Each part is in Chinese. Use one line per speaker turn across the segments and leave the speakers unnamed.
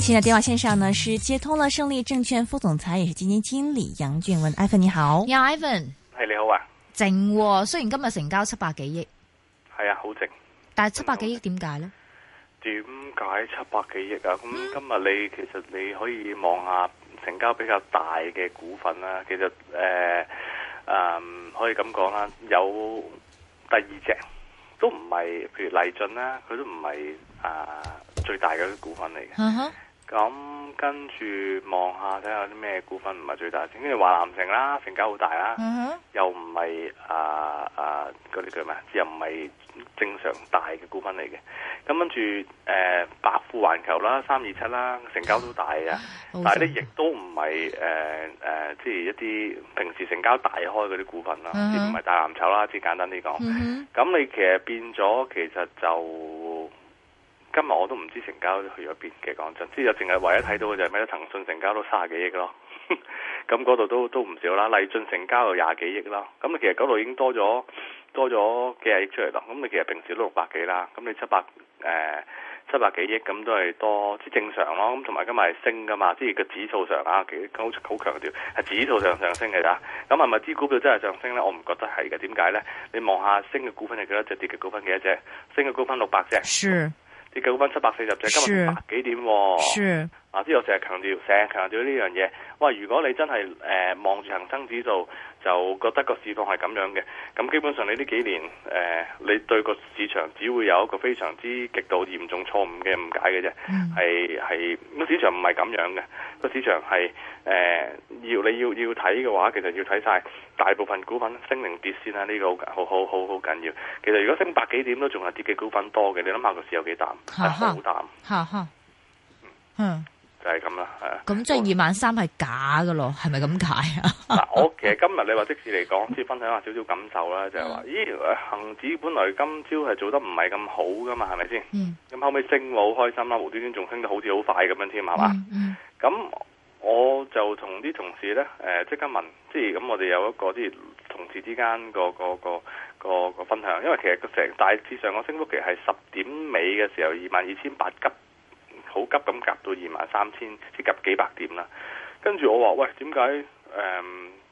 现在电话线上呢是接通了胜利证券副总裁也是基金经理杨俊文，Ivan 你好，
有 Ivan
係你好啊，
靜喎，雖然今日成交七百幾億，
係啊，好靜。
但係七百幾億點解呢？
點解七百幾億啊？咁今日你其實你可以望下成交比較大嘅股份啦。其實誒誒、嗯可以咁講啦，有第二隻都唔係，譬如麗進啦，佢都唔係啊最大嘅股份嚟嘅。
嗯哼，
咁跟住望下睇下啲咩股份唔係最大先，跟住華南城啦，成交好大啦。
嗯哼，
又唔係啊啊嗰啲叫咩？又唔係正常大嘅股份嚟嘅。咁跟住誒百富環球啦、三二七啦，成交都大嘅，
好
但係咧
靜
亦都唔係誒誒，即係一啲平時成交大開嗰啲股份啦，
嗯哼
即係唔係大藍籌啦，即係簡單啲講。
嗯
咁你其實變咗，其實就今日我都唔知成交去咗邊嘅，講真，即係就淨係唯一睇到嘅就係咩咧？騰訊成交都三十幾億咯， 咁嗰度都都唔少啦。麗進成交有廿幾億啦，咁你其實嗰度已經多咗多咗幾廿億出嚟咯。咁你其實平時都六百幾啦，咁你七百誒。呃七百幾億咁都係多，即係正常咯。咁同埋今日係升噶嘛，即係個指數上啊，幾好好強調係指數上上升嘅咋。咁係咪啲股票真係上升呢？我唔覺得係嘅。點解呢？你望下升嘅股份係幾多隻，跌嘅股份幾多隻？升嘅股份六百隻
哼，，是
跌嘅股份七百四十隻，今日
是
跌百幾點喎？
是，
啊！即係我成日強調，成日強調呢樣嘢。哇！如果你真係誒望住恒生指數，就覺得個市況係咁樣嘅，咁基本上你呢幾年誒、呃你對個市場只會有一個非常之極度嚴重錯誤嘅誤解嘅啫。
嗯
係係個市場唔係咁樣嘅，個市場係誒、呃要你要要睇嘅話，其實要睇晒大部分股份升定跌先啦。呢、個好好好好好緊要。其實如果升百幾點都仲係跌嘅股份多嘅，你諗下個市有幾淡？係好淡，
哈哈，嗯，
就係咁啦，係啊。
咁即係二萬三係假嘅咯，係咪咁解 啊？
嗱，我其實今日你話即時嚟講，即係分享下少少感受啦，就係
嗯
話，咦，恒指本來今朝係做得唔係咁好噶嘛，係咪先？
嗯，
咁後尾升我好開心啦，無端端仲升得好似好快咁樣添，係嘛？
嗯嗯
咁我就同啲同事呢，誒、即刻問，即係咁我哋有一個即係同事之間個個個個個分享，因為其實個成大致上個升幅期係十點尾嘅時候，二萬二千八急，好急咁夾到二萬三千，即係夾幾百點啦。跟住我話喂，點解誒？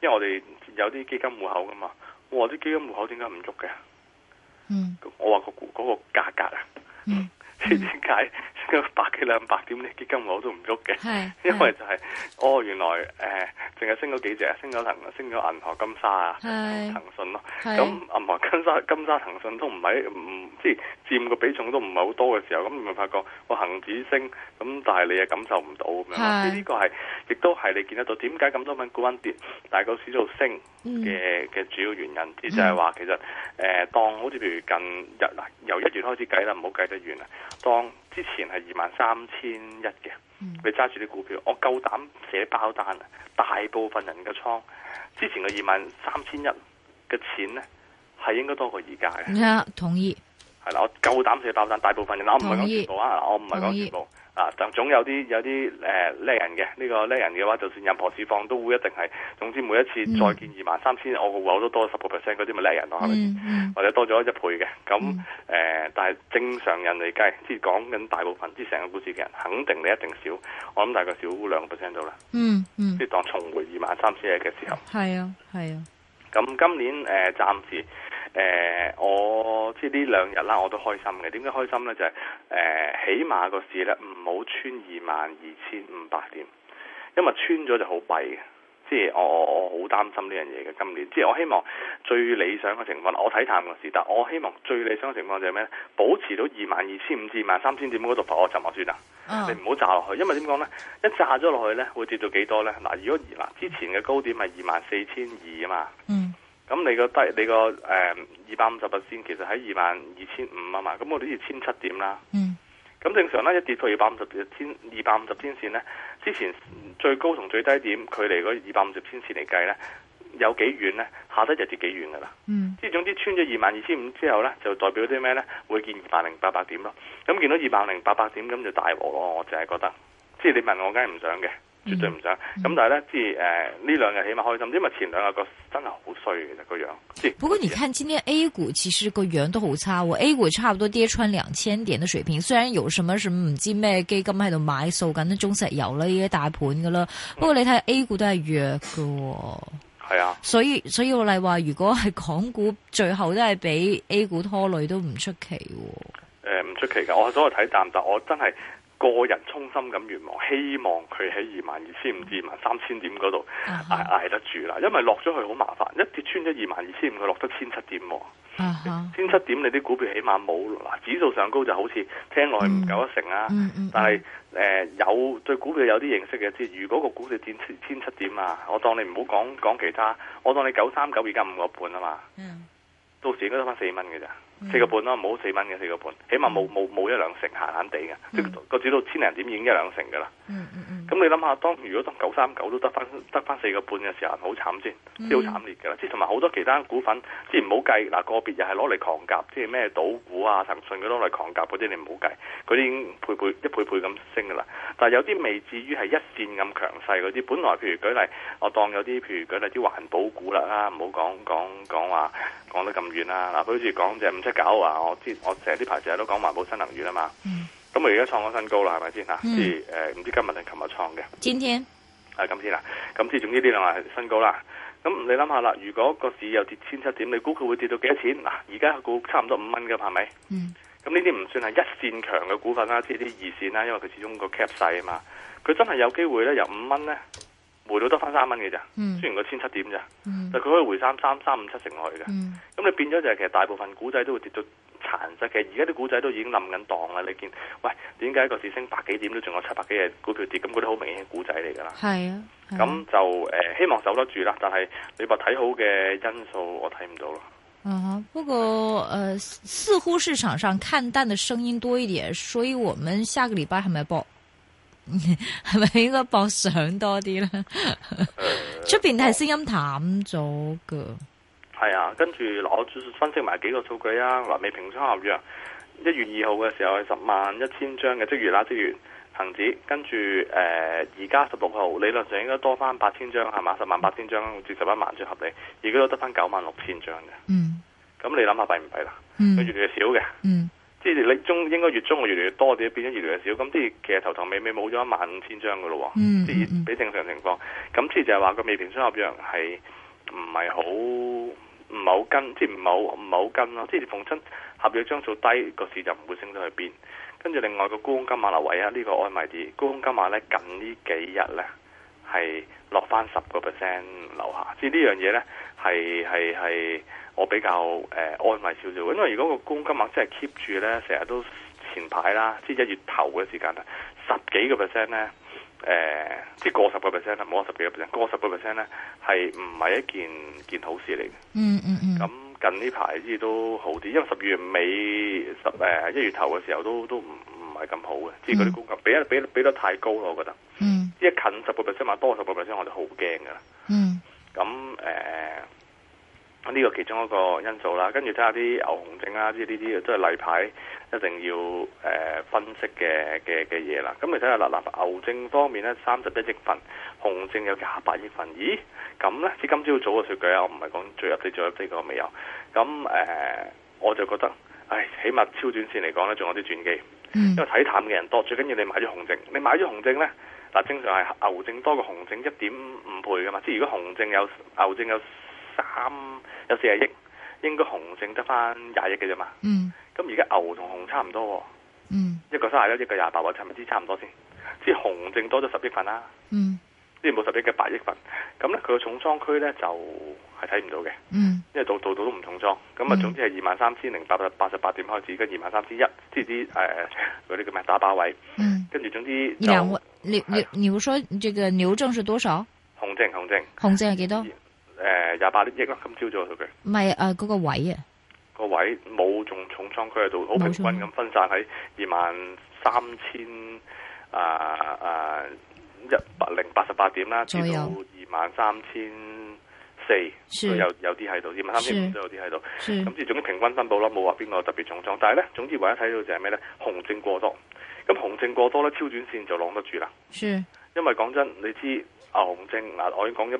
因為我哋有啲基金戶口噶嘛，我話啲基金戶口點解唔喐嘅？
嗯
我話個股嗰、個價格啊，
嗯，
即係 點解升到百幾兩百點，你基金戶口都唔喐嘅？
係，
因為就係、哦，原來誒，淨、係升咗幾隻，啊升咗騰，升咗銀河金沙啊，
係
騰訊咯。
係
咁銀河金沙、金沙騰訊都唔係唔即係佔個比重都唔係好多嘅時候，咁你咪發覺個恒指升，咁但係你又感受唔到咁樣咯。
係
即係呢個係亦都係你見得到點解咁多份股份跌，但係個指數升
嗯
嘅嘅主要原因，即係就係話其實誒、呃當好似譬如近日嗱，由一月開始計啦，唔好計得遠啦，當之前係二萬三千一嘅。
嗯
你揸住啲股票，我夠膽寫包單啊！大部分人嘅倉之前嘅二萬三千一嘅錢呢，係應該多過而家嘅，
啊同意，
係啦，我夠膽寫包單。大部分人，我唔係
同
講
意
全部啊，我唔係
同
講
意
全部啊，但總有啲有啲誒叻人嘅，呢、個叻人嘅話，就算任何市況都會一定係，總之每一次
嗯
再見二萬三千，我個戶口都多十個 percent 嗰啲咪叻人咯，係咪先？
嗯嗯
或者多咗一倍嘅，咁誒、
嗯
呃但係正常人嚟計，即係講緊大部分，即係成個股市嘅人，肯定你一定少，我諗大概少兩個 percent 到啦，
嗯嗯
即，係當重回二萬三千一嘅時候。
係啊係啊，
咁今年誒、呃、暫時誒、呃我即係呢兩日啦，我都開心嘅。點解開心呢？就係、呃起碼個市呢唔好穿二萬二千五百點，因為穿咗就好弊嘅。即係我我我好擔心呢樣嘢嘅今年。即係我希望最理想嘅情況，我睇淡個市，但我希望最理想嘅情況就係咩呢？保持到二萬二千五至二萬三千點嗰度，我就我算啦。
啊
你唔好炸落去，因為點講呢？一炸咗落去呢，會跌到幾多呢？嗱，如果嗱之前嘅高點係二萬四千二啊嘛。
嗯
咁你個低，你個誒二百五十日線其實喺二萬二千五啊嘛，咁我哋二千七點啦。
嗯
咁正常啦，一跌到二百五十日天二百五十天線呢，之前最高同最低點距離嗰二百五十天線嚟計呢，有幾遠呢？下低就跌幾遠噶啦。
嗯
即係總之穿咗二萬二千五之後呢，就代表啲咩呢？會見二萬零八百點咯。咁見到二萬零八百點咁就大鑊咯，我就係覺得。即係你問我，梗係唔想嘅。絕對唔想。咁、
嗯
但係咧，即係誒呢兩日起碼開心，因為前兩日個真係好衰嘅啫個樣，即係
不过你看，今天 A 股其实个样都好差喎，A 股差唔多跌穿两千点嘅水平。虽然有什么什麼唔知咩基金喺度买掃緊中石油啦，呢啲大盤噶啦，不過你睇 A 股都係弱嘅喎。
係啊。
所以所以我嚟話，如果係港股最後都係俾 A 股拖累，都唔出奇喎。
誒唔出奇㗎，我所謂睇淡，但我真係個人衷心咁願望，希望佢喺二萬二千五至二萬三千點嗰度
啊
捱
哈
捱得住啦，因為落咗去好麻煩，一跌穿咗二萬二千五，佢落得千七點喎，
啊哈，
千七點你啲股票起碼冇嗱指數上高就好似聽落去唔夠一成啊，
嗯嗯，
但係誒、呃有對股票有啲認識嘅，即係如果個股票跌千千七點啊，我當你唔好講講其他，我當你九三九而家五個半啊嘛，
嗯
到時應該得翻四蚊嘅咋。
嗯
四個半咯，冇四蚊嘅四個半，起碼冇冇冇一兩成閒閒地嘅，即係個指數千零點已經一兩成㗎啦。
嗯嗯嗯
咁你諗下，當如果當九三九都得翻得翻四個半嘅時候，好慘先，即係好慘烈㗎啦。即係同埋好多其他股份，即係唔好計嗱，個別又係攞嚟狂夾，即係咩賭股啊、騰訊嗰啲攞嚟狂夾嗰啲，你唔好計，嗰啲已經倍倍一倍倍咁升㗎啦。但係有啲未至於係一線咁強勢嗰啲，本來譬如舉例，我當有啲譬如舉例啲環保股啦，唔好講講講話講得咁遠啦。嗱，好似講隻五七九啊，我之我成日呢排成日都講環保新能源啊嘛。咁我而家創咗新高啦，係咪先嚇？
嗯
即係誒唔知今日定琴日創嘅。
今天
係啊咁先啦。咁之總之呢兩日係新高啦。咁你諗下啦，如果個市又跌千七點，你估佢會跌到幾多錢？嗱，而家股差唔多五蚊嘅，係咪？
嗯
咁呢啲唔算係一線強嘅股份啦，即係啲二線啦，因為佢始終個 cap 細啊嘛。佢真係有機會咧，由五蚊咧回到得翻三蚊嘅咋。
嗯
雖然個千七點咋，
嗯
但佢可以回三三三五七成落去嘅。
嗯
咁你變咗就係其實大部分股仔都會跌到殘質嘅，而家啲股仔都已經冧緊檔啦。你見，喂，點解個市升百幾點都仲有七百幾隻股票跌？咁嗰啲好明顯係股仔嚟㗎啦。
係啊，係啊
咁就誒、呃希望守得住啦，但係你話睇好嘅因素我睇唔到咯。
啊哈，不过呃，似乎市场上看淡的声音多一点，所以我们下个礼拜系咪 搏？系咪应该搏上多啲咧？
呃
出邊係聲音淡咗噶，
係啊，跟住嗱，我分析埋幾個數據啊。嗱，未平倉合約一月二號嘅時候係十萬一千張嘅，即月啦，即月恒指。跟住誒，呃而家十六號理論上應該多翻八千張係嘛，十萬八千張至十一萬最合理。而家都得翻九萬六千張嘅，
嗯
咁你諗下弊唔弊啦？佢越
嗯
嚟越少嘅。
嗯
即係你中應該月中會越嚟越多啲，變咗越嚟越少。咁即係其實頭頭尾尾冇咗一萬五千張嘅咯
嗯
喎，即
嗯嗯
係比正常情況。咁即係就係話個未平倉合約係唔係好唔係好跟，即係唔係好唔係好跟咯。即係逢親合約張數低，個市就唔會升到去邊。跟住另外個高空金馬留位啊，呢個安慰啲高空金馬咧近呢幾日咧係落翻十個 percent 樓下，即係呢樣嘢咧係係係我比較誒、呃安慰少少嘅，因為如果個高空金額真係 keep 住咧，成日都前排啦，即係一月頭嘅時間啦，十幾個 percent 咧。誒、即係過十個 percent 啦，冇話十幾個 percent，過十個 percent 咧係唔係一件件好事嚟嘅？
嗯嗯嗯，
咁近呢排啲都好啲，因為十月尾十誒一月頭嘅時候都都唔唔係咁好嘅，即係嗰啲高價比得比得比得太高咯，我覺得。
嗯
一近十個 percent 或多十個 percent，我哋好驚噶啦。
嗯
咁誒呢個其中一個因素啦，跟住睇下啲牛熊證啦，即係呢啲都係例牌一定要誒、呃分析嘅嘅嘅嘢啦。咁你睇下嗱嗱牛證方面咧，三十一億份，熊證有廿八億份。咦，咁咧，即係今朝早嘅數據啊，我唔係講最入啲最入啲個未有。咁誒、呃我就覺得，唉，起碼超短線嚟講咧，仲有啲轉機。
嗯
因為睇淡嘅人多，最緊要你買咗紅證。你買咗紅證呢，嗱正常係牛證多過紅證一點五倍噶嘛。即係如果紅證有牛證有三有四十億，應該紅證得翻廿億嘅啫嘛。
嗯
咁而家牛同紅差唔多
嗯
喎，一個三十一，一個廿八喎，係咪知差唔多先？即係紅證多咗十億份啦，
嗯
即係冇十億嘅八億份。咁呢，佢個重倉區呢，就係睇唔到嘅。
嗯
因為度度度都唔重裝，咁啊
嗯
總之係二萬三千零八百八十八點開始，跟二萬三千一，即係啲誒嗰啲叫咩打靶位，
嗯，
跟住總之
你
就
兩位，你你你會說這個牛證是多少？
紅證紅證
紅證係幾多？
誒廿八億啦，今朝早數據
唔係誒嗰個位啊，
個位冇仲重倉區喺度，好平均咁分散喺二萬三千啊啊一百零八十八點啦，至
左
到
右
二萬三千四，
是
都有有啲喺度，二萬三千
是嗯
五都有啲喺度。
是
咁即係總之平均分布啦，冇話邊個特別重裝。但係咧，總之唯一睇到就係咩咧？紅證過多，咁紅證過多咧，超短線就擋得住啦。
是
因為講真，你知牛熊證嗱，我已經講咗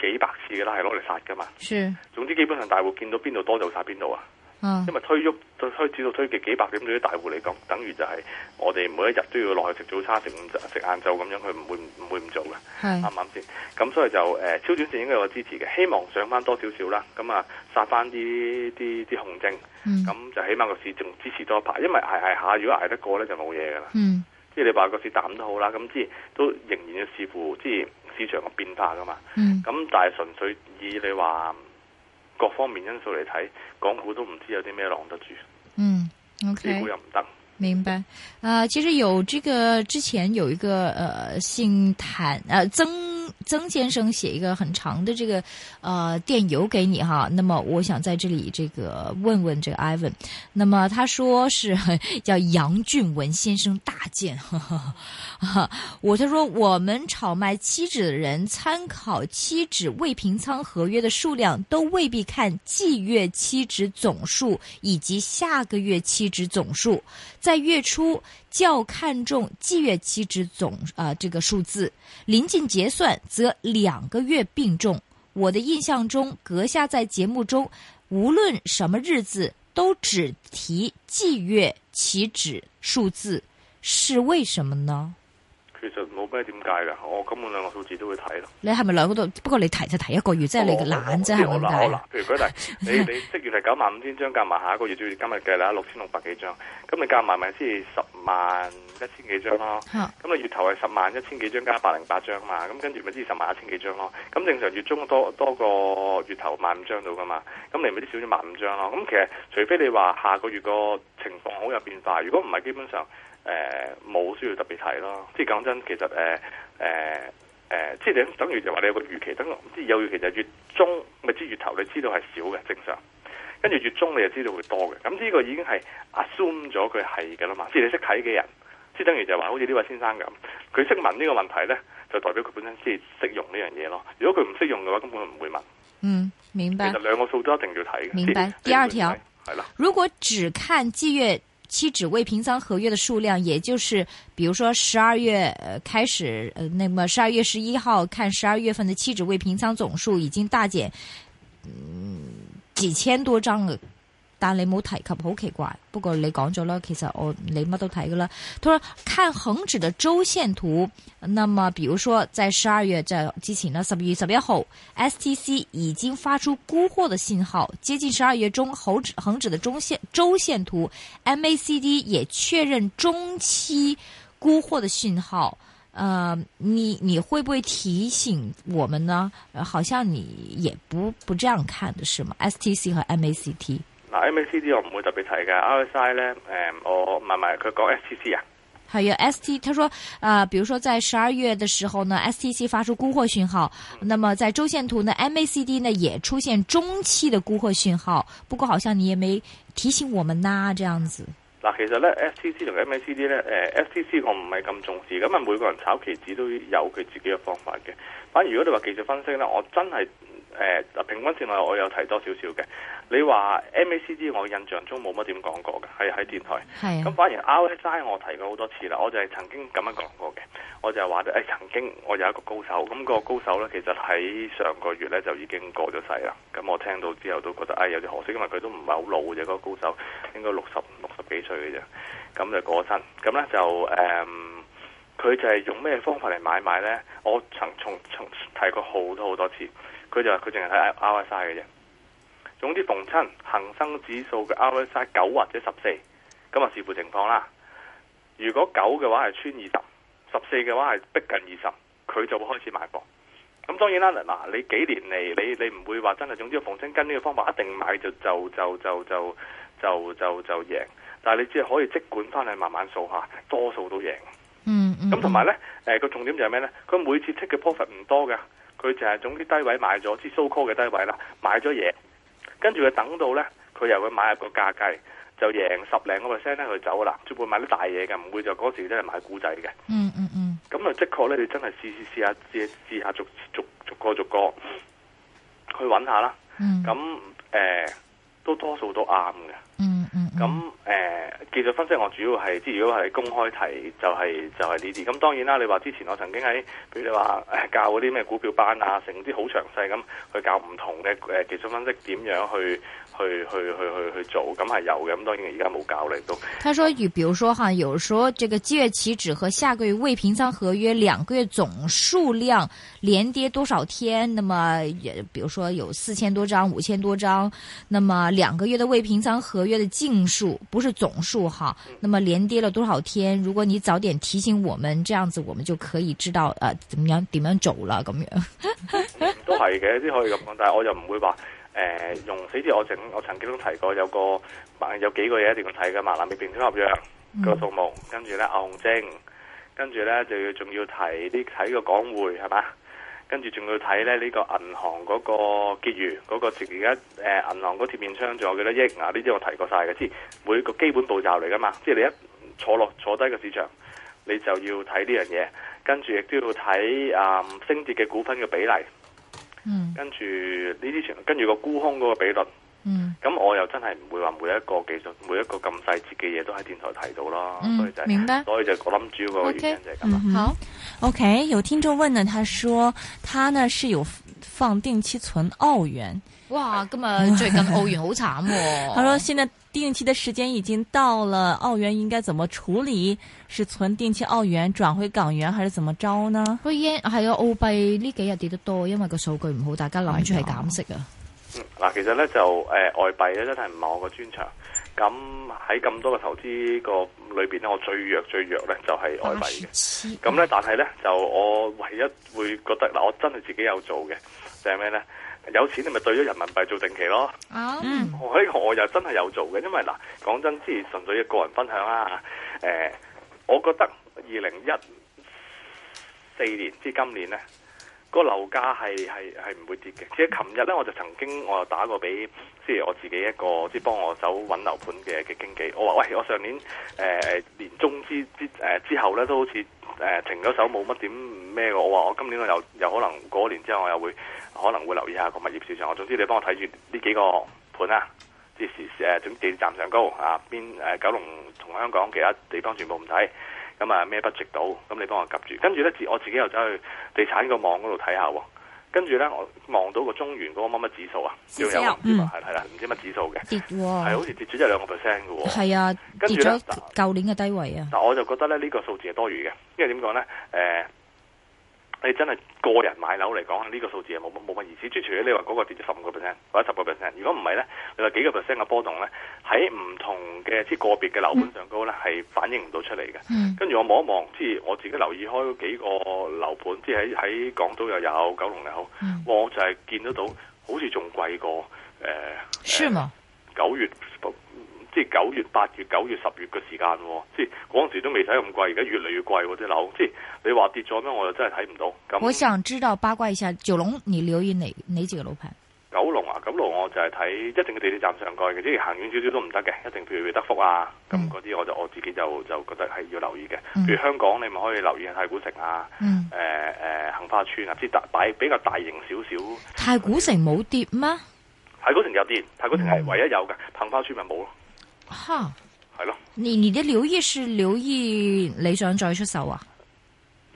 幾百次嘅啦，係攞嚟殺噶嘛。
是，
總之基本上大戶見到邊度多就殺邊度啊，
嗯
因為推喐對推指數推極幾百點對於大戶嚟講，等於就係我哋每一日都要落去食早餐、食午食晏晝咁樣，佢唔會唔會唔做嘅。
係
啱唔啱先？咁所以就誒、呃超短線應該有個支持嘅，希望上翻多少少啦。咁啊，殺翻啲啲啲紅證，
嗯
咁就起碼個市仲支持多一排。因為捱捱下，如果捱得過咧，就冇嘢噶啦。
嗯
即係你話個市淡都好啦，咁即係都仍然要視乎即係市場嘅變化噶嘛。
嗯
咁但係純粹以你話各方面因素嚟睇，港股都唔知有啲咩擋得住，
嗯
美
，OK
股。又唔得。
明白，呃，其实有这个之前有一个呃，姓谭呃曾曾先生写一个很长的这个呃电邮给你哈，那么我想在这里这个问问这个 Ivan，那么他说是叫杨俊文先生大见，哈哈哈， 我他说我们炒卖期指的人参考期指未平仓合约的数量，都未必看季月期指总数以及下个月期指总数。在月初较看重季月期指总啊、呃这个数字，临近结算则两个月并重。我的印象中，阁下在节目中无论什么日子都只提季月期指数字，是为什么呢？
其實冇咩點解㗎，我根本兩個數字都會睇咯。
你系咪兩個都？不過你提就提一個月，即係你嘅懶啫，係咪
我
咁
嗱我嗱
解？，
譬如舉例， 你你即月係九萬五千張夾埋，下一個月仲要今日計啦，六千六百幾張，咁你夾埋咪先十萬一千幾張咯。
嚇
咁啊你月頭係十萬一千幾張加百零八張嘛，咁跟住咪先十萬一千幾張咯。咁正常月中多多個月頭萬五張到噶嘛，咁你咪啲少咗萬五張咯。咁其實除非你話下個月個情況好有變化，如果唔係，基本上誒冇、需要特別睇咯。即係講真，其實誒誒。呃誒、即係你等於就話你有個預期，等於即係有預期就係月中咪知月頭你知道係少嘅正常，跟住月中你就知道會多嘅，咁呢個已經係 assume 咗佢係嘅啦嘛，即係你識睇嘅人，即係等於就話好似呢位先生咁，佢識問呢個問題呢，就代表佢本身先識用呢樣嘢咯。如果佢唔識用嘅話，根本唔會問。
嗯，明
其
白
實。兩個數都一定要睇嘅。
明白
即係你會
第二條
睇係啦。
如果只看季月期指未平仓合约的数量，也就是比如说十二月呃开始，呃，那么十二月十一号看十二月份的期指未平仓总数已经大减，嗯，几千多张啦。但你冇提及，好奇怪。不過你講咗啦，其實我你乜都睇噶啦。他說看恒指的周線圖，那麼比如說在十二月这之前呢，十二月十一號，STC 已經發出沽貨的信號，接近十二月中，恒指恒指的中线周線圖 MACD 也確認中期沽貨的信號。呃，你你会不会提醒我們呢？呃好像你也不不这样看的是嗎？STC 和 MACD，
嗱，MACD 我唔會特別睇嘅，RSI 呢，誒、我唔係唔係佢講 STC 啊，
还有 ST，他说，呃，比如说在十二月的时候呢，STC 发出沽货讯号，
嗯
那么在周线图呢，MACD 呢也出现中期的沽货讯号，不过好像你也没提醒我们呐、这样子。
嗱，其實咧 STC 同 MACD 咧，誒、STC 我唔係咁重視，咁啊每個人炒期指都有佢自己嘅方法嘅。反而如果你話技術分析咧，我真係誒、嗱平均線我我有睇多少少嘅。你話 MACD 我印象中冇乜點講過嘅，係喺電台。
系
咁
啊，
反而 RSI 我提過好多次啦，我就係曾經咁樣講過嘅，我就係話咧，誒、曾經我有一個高手，咁、個高手咧其實喺上個月咧就已經過咗世啦，咁我聽到之後都覺得誒、哎有啲可惜，因為佢都唔係好老嘅啫，嗰、個高手應該六十六十幾歲嘅啫，咁就過咗身，咁咧就誒。嗯佢就係用咩方法嚟買賣呢？我曾從從提過好多好多次，佢就話佢淨係睇 RSI 嘅啫。總之逢親恒生指數嘅 RSI 九或者十四，咁啊視乎情況啦。如果九嘅話係穿二十，十四嘅話係逼近二十，佢就會開始買貨。咁當然啦，嗱你幾年嚟，你你唔會話真係，總之逢親跟呢個方法一定買就就就就就就就就贏。但係你只係可以即管翻去慢慢數下，多數都贏。
嗯嗯，
咁同埋咧，誒、個重點就係咩咧？佢每次 take 嘅 profit 唔多嘅，佢就係總之低位買咗，即係 so call 嘅低位啦，買咗嘢，跟住佢等到咧，佢由佢買入個價計，就贏十零個 percent 咧，佢走啦，絕對買啲大嘢嘅，唔會就嗰時真係買股仔嘅。
嗯嗯嗯，
咁啊，的確咧，你真係試試試下，試試下逐逐逐個逐個去揾下啦。
嗯
咁誒、都多數都啱嘅。
嗯嗯嗯，
咁咁誒、呃技術分析我主要係，即係如果係公開題就係、就係呢啲。咁當然啦，你話之前我曾經喺，譬如你話誒教嗰啲咩股票班啊，成啲好詳細咁去教唔同嘅誒技術分析點樣去去去去去去做，咁係有嘅。咁當然而家冇教啦，亦都
他说，与比如说哈，有说这个七月起止和下个月未平仓合约两个月总数量连跌多少天？那么也比如说有四千多张、五千多张，那么两个月的未平仓合约的净数不是总数哈，那么连跌了多少天？如果你早点提醒我们，这样子我们就可以知道呃怎么样点样走了咁样。
都係嘅，啲可以咁講，但係我又唔會話誒、呃用死字。我整我曾經都提過有個有幾個嘢一定要睇嘅嘛，南美平倉合約個數目，跟住咧牛熊證，跟住咧就要仲要睇啲睇個港匯係嘛，跟住仲要睇咧呢、個銀行嗰個結餘嗰、個而家誒銀行嗰貼面窗仲有幾多億啊？呢啲我提過晒嘅，即係每個基本步驟嚟噶嘛，即係你一坐落坐低個市場，你就要睇呢樣嘢，跟住亦都要睇啊、升跌嘅股份嘅比例。
嗯
跟住呢啲全，跟住個沽空嗰個比率，
嗯
咁我又真係唔會話每一個技術、每一個咁細節嘅嘢都喺電台提到咯，所以
嗯
就，係，
明白。
所以就我諗主要個
OK，
原因就係咁啦。
嗯
好，
OK，有聽眾問呢，他說他呢是有放定期存澳元，
哇！咁啊，最近澳 元好慘喎。
他说现在定期的时间已经到了，澳元应该怎么处理？是存定期澳元转回港元，还是怎么着呢？
個 yen 係啊，澳幣呢幾日跌得多，因為個數據唔好，大家諗住係減息啊。
嗯嗱，其實咧就誒、呃外幣咧真係唔係我個專長。咁喺咁多個投資個裏邊咧，我最弱最弱咧就係啊外幣嘅。
嘅
咁咧，但係咧就我唯一會覺得嗱，我真係自己有做嘅，就係咩咧？有錢你咪對咗人民幣做定期咯。
啊，
嗯
我呢個我又真係有做嘅，因為嗱，講真，之前純粹嘅個人分享啦。誒、我覺得二零一四年至今年呢個樓價係係係唔會跌嘅。即係琴日呢，我就曾經我又打過俾即係我自己一個即係幫我手揾樓盤嘅嘅經紀，我話喂，我上年誒、呃年中之之誒、呃之後呢，都好似誒、停咗手冇乜點咩嘅，我話我今年我有有可能過年之後我又會可能會留意下個物業市場。我總之你幫我睇住呢幾個盤啊。即時誒總地站上高啊，邊誒、九龍同香港其他地方全部唔睇，咁啊咩 budget 到，咁你幫我及住，跟住咧自我自己又走去地產個網嗰度睇下喎，跟住咧我望到個中原嗰個乜乜指數啊，
CCL
叫有唔知
嗯
話係係啦，唔知乜指數嘅，
跌
係好
喎，
似跌咗一兩個 percent 嘅喎。
係啊，
跟
跌
住呢
咗舊年嘅低位啊。
嗱，我就覺得咧呢、呢個數字係多餘嘅，因為點講咧？誒、你真係個人買樓嚟講，呢、個數字係冇冇乜意思。即係除非你話嗰個跌咗十五個 percent 或者十個 percent，如果唔係咧，你話幾個 percent 嘅波動咧，喺唔同嘅即係個別嘅樓盤上高咧，係反映唔到出嚟嘅。
嗯
跟住我望一望，即係我自己留意開幾個樓盤，即係喺喺港島又有，九龍又有，
嗯，
我就係見得到好似仲貴過誒。呃
是嘛？
九月即係九月、八月、九月、十月嘅時間喎、即係嗰陣時都未使咁貴，而家越嚟越貴喎啲樓。即係你話跌咗咩？我就真係睇唔到。
我
咁
想知道八卦一下，九龍你留意哪哪幾個樓盤？
九龍啊，九龍我就係睇一定嘅地鐵站上蓋嘅，即係行遠少少都唔得嘅，一定譬如德福啊，咁
嗯
嗰啲我就我自己就就覺得係要留意嘅。
嗯
譬如香港你咪可以留意下太古城啊，
嗯，
誒、誒杏花村啊，即係大擺比較大型少少。
太古城冇跌咩？
太古城有啲，太古城
嗯
係唯一有嘅，杏花村咪冇咯，
哈，
係咯，
你你的留意是留意你想再出手啊？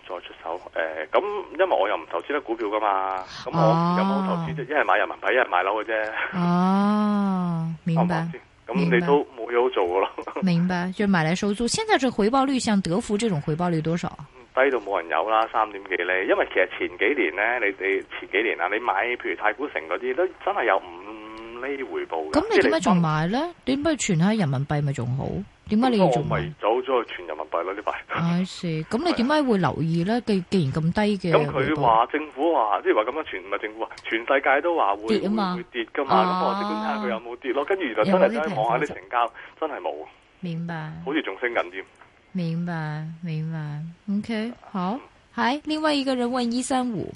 再出手誒，咁、因為我又唔投資得股票噶嘛，咁我
哦
有冇投資啫？一係買人民幣，一係買樓嘅啫，
哦，
啱
明
唔
白
啱。先？
明
咁
白
你都冇哦嘢好做噶咯，
明白，就是买来收租。现在这回报率，像德芙这种回报率多少啊？
低到冇人有啦，三點幾厘。因為其實前幾年呢，你你前幾年啊，你買譬如太古城嗰啲都真係有五厘回報嘅。
咁你點解仲
買？
買咧？點解存喺人民幣咪仲好？點解你要
我
做
咪
買？啊
走咗去存人民幣咯呢排。
I see 咁你點解會留意咧？既既然咁低嘅
咁
回
佢
報，
話政府話，即係話咁樣全唔係政府話，全世界都話會
跌啊嘛
會會跌噶嘛。咁我
啊
哋觀察佢有冇跌咯。跟住原來
有冇
真
啲
係真係
平
望下啲
手
成交，真係冇，
明白，
好似仲升緊添。
明白，明白。OK，好。还另外一個人問一三五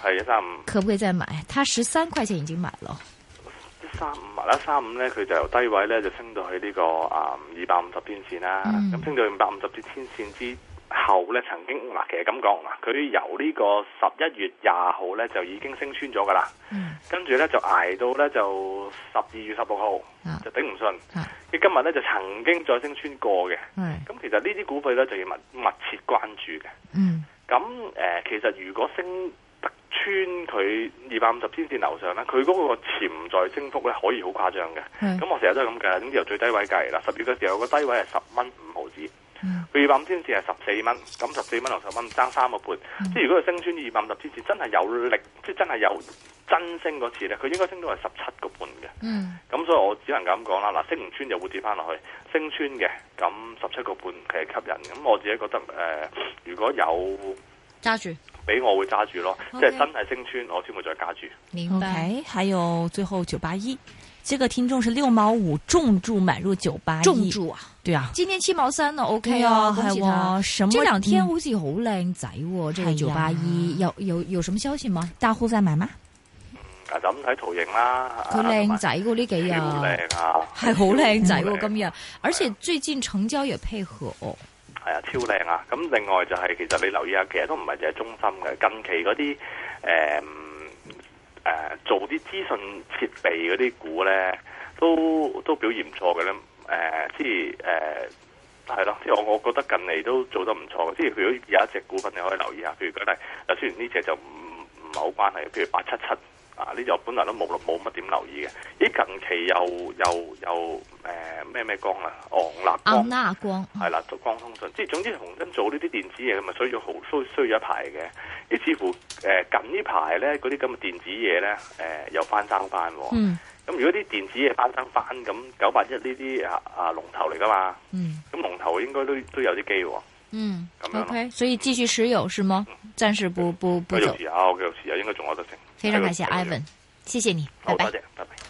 係一三五
可不可以再買？他十三塊錢已經買了。
一三五啊，一三五咧，佢就由低位咧就升到去呢、個啊二百五十天線啦。
嗯
咁、升到二百五十天線之後咧，曾經嗱、其實咁講嗱，佢由呢個十一月廿號咧就已經升穿咗噶啦，
嗯
跟住咧就捱到咧就十二月十六號
啊
就頂唔順
啊，
佢今日咧就曾經再升穿過嘅。
係，
咁其實呢啲股票咧就要密密切關注嘅。
嗯
咁誒、呃其實如果升突穿佢二百五十天線樓上咧，佢嗰個潛在升幅咧可以好誇張嘅。
嗯係，
咁我成日都係咁計，咁由最低位計啦。十月嘅時候個低位係十蚊五毫子，
嗯
佢二百五天線係十四蚊，咁十四蚊同十蚊爭三個半。即係如果佢升穿二百五十天線，真係有力，即係真係有真升嗰次咧，佢應該升到係十七個半嘅。
嗯
咁所以我只能咁講啦。嗱，升唔穿就會跌翻落去，升穿嘅咁十七個半其實吸引。咁我自己覺得誒、呃如果有
揸住，
俾我會揸住咯
OK
即係真係升穿我先會再加住。
明白。
OK，还有最后九八一，这个听众是六毛五重注买入九八一，
中注啊！
对啊，
今天七毛三呢，OK
对
啊，
啊，
恭
还
喜他。
有什么？
这两天
嗯
好似好靓仔喎，这个九
係
八
呀
一有有有什么消息吗？
大户在买吗？
嗯嗱，就咁睇圖形啦，啊
佢靓仔喎呢幾
同
日
埋超，靚啊！
係好靚仔喎
超靚
今日，而且最近成交也配合哦。
係啊，超靚啊！咁另外就係、其實你留意下，其實都唔係淨係中心嘅，近期嗰啲誒嗯誒做啲資訊設備嗰啲股咧，都都表現唔錯嘅咧。誒、即係誒係咯，即係我我覺得近嚟都做得唔錯嘅。即係如果有一隻股份你可以留意下，譬如舉例，就雖然呢只就唔唔係好關係，譬如八七七。啊！呢就本來都冇冇乜點留意嘅，咦近期又又又誒咩咩光啊，昂立
昂
光
那光，
係啦，做光通訊，即係總之洪真做呢啲電子嘢，咁咪衰咗好衰衰咗一排嘅。咦，似乎誒、呃近呢排咧，嗰啲咁嘅電子嘢咧，誒、又翻生翻喎。咁、
嗯
如果啲電子嘢翻生翻，咁九八一呢啲啊啊龍頭嚟噶嘛，
嗯
咁龍頭應該都都有啲機喎。
嗯
咁樣咯
，OK，所以繼續持有是嗎？暫時不不不
繼續
走
持，有，繼續持有，應該仲有得升。
非常感謝
繼續持有
Ivan，謝謝你，拜
好
拜
多。謝，拜拜。